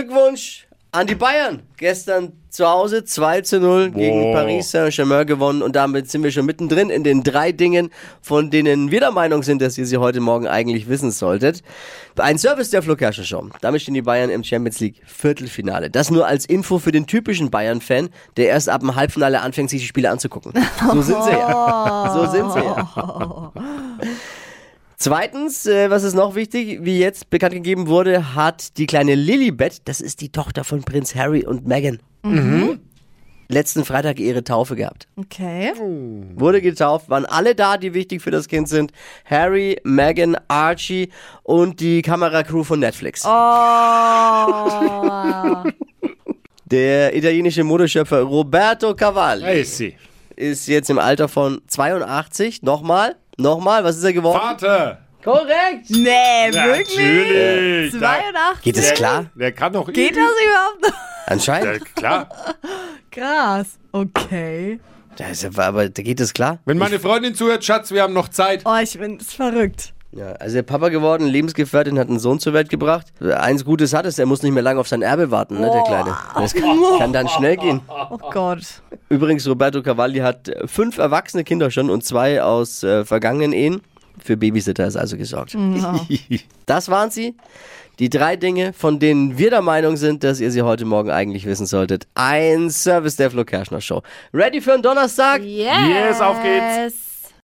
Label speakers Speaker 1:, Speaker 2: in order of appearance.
Speaker 1: Glückwunsch an die Bayern. Gestern zu Hause 2 zu 0 gegen
Speaker 2: Boah.
Speaker 1: Paris Saint-Germain gewonnen und damit sind wir schon mittendrin in den drei Dingen, von denen wir der Meinung sind, dass ihr sie heute Morgen eigentlich wissen solltet. Ein Service der Flo Kerschner Show. Damit stehen die Bayern im Champions League Viertelfinale. Das nur als Info für den typischen Bayern-Fan, der erst ab dem Halbfinale anfängt, sich die Spiele anzugucken. So sind sie ja. So sind sie ja. Zweitens, äh, was ist noch wichtig, wie jetzt bekannt gegeben wurde, hat die kleine Lilibet, das ist die Tochter von Prinz Harry und Meghan, letzten Freitag ihre Taufe gehabt.
Speaker 3: Okay.
Speaker 1: Wurde getauft, waren alle da, die wichtig für das Kind sind. Harry, Meghan, Archie und die Kameracrew von Netflix.
Speaker 3: Oh.
Speaker 1: Der italienische Modeschöpfer Roberto Cavalli
Speaker 2: Da ist sie.
Speaker 1: ist jetzt im Alter von 82, nochmal, nochmal, was ist er geworden?
Speaker 2: Vater!
Speaker 1: Korrekt!
Speaker 3: nee, wirklich?
Speaker 2: Natürlich! Da-
Speaker 3: 82?
Speaker 1: Geht das klar?
Speaker 2: Der kann doch
Speaker 3: Geht das überhaupt noch?
Speaker 1: Anscheinend.
Speaker 2: Ja, klar.
Speaker 3: Krass. Okay.
Speaker 1: Da ist aber, aber da geht das klar?
Speaker 2: Wenn meine Freundin zuhört, Schatz, wir haben noch Zeit.
Speaker 3: Oh, ich bin verrückt.
Speaker 1: Ja, also der Papa geworden, Lebensgefährtin, hat einen Sohn zur Welt gebracht. Eins Gutes hat es, er muss nicht mehr lange auf sein Erbe warten, ne, der Kleine. Das kann, kann dann schnell gehen.
Speaker 3: Oh Gott.
Speaker 1: Übrigens, Roberto Cavalli hat äh, fünf erwachsene Kinder schon und zwei aus äh, vergangenen Ehen. Für Babysitter ist also gesorgt. Das waren sie. Die drei Dinge, von denen wir der Meinung sind, dass ihr sie heute Morgen eigentlich wissen solltet. Ein Service der Flo Kerschner Show. Ready für einen Donnerstag?
Speaker 3: Yes.
Speaker 2: Yes, auf geht's.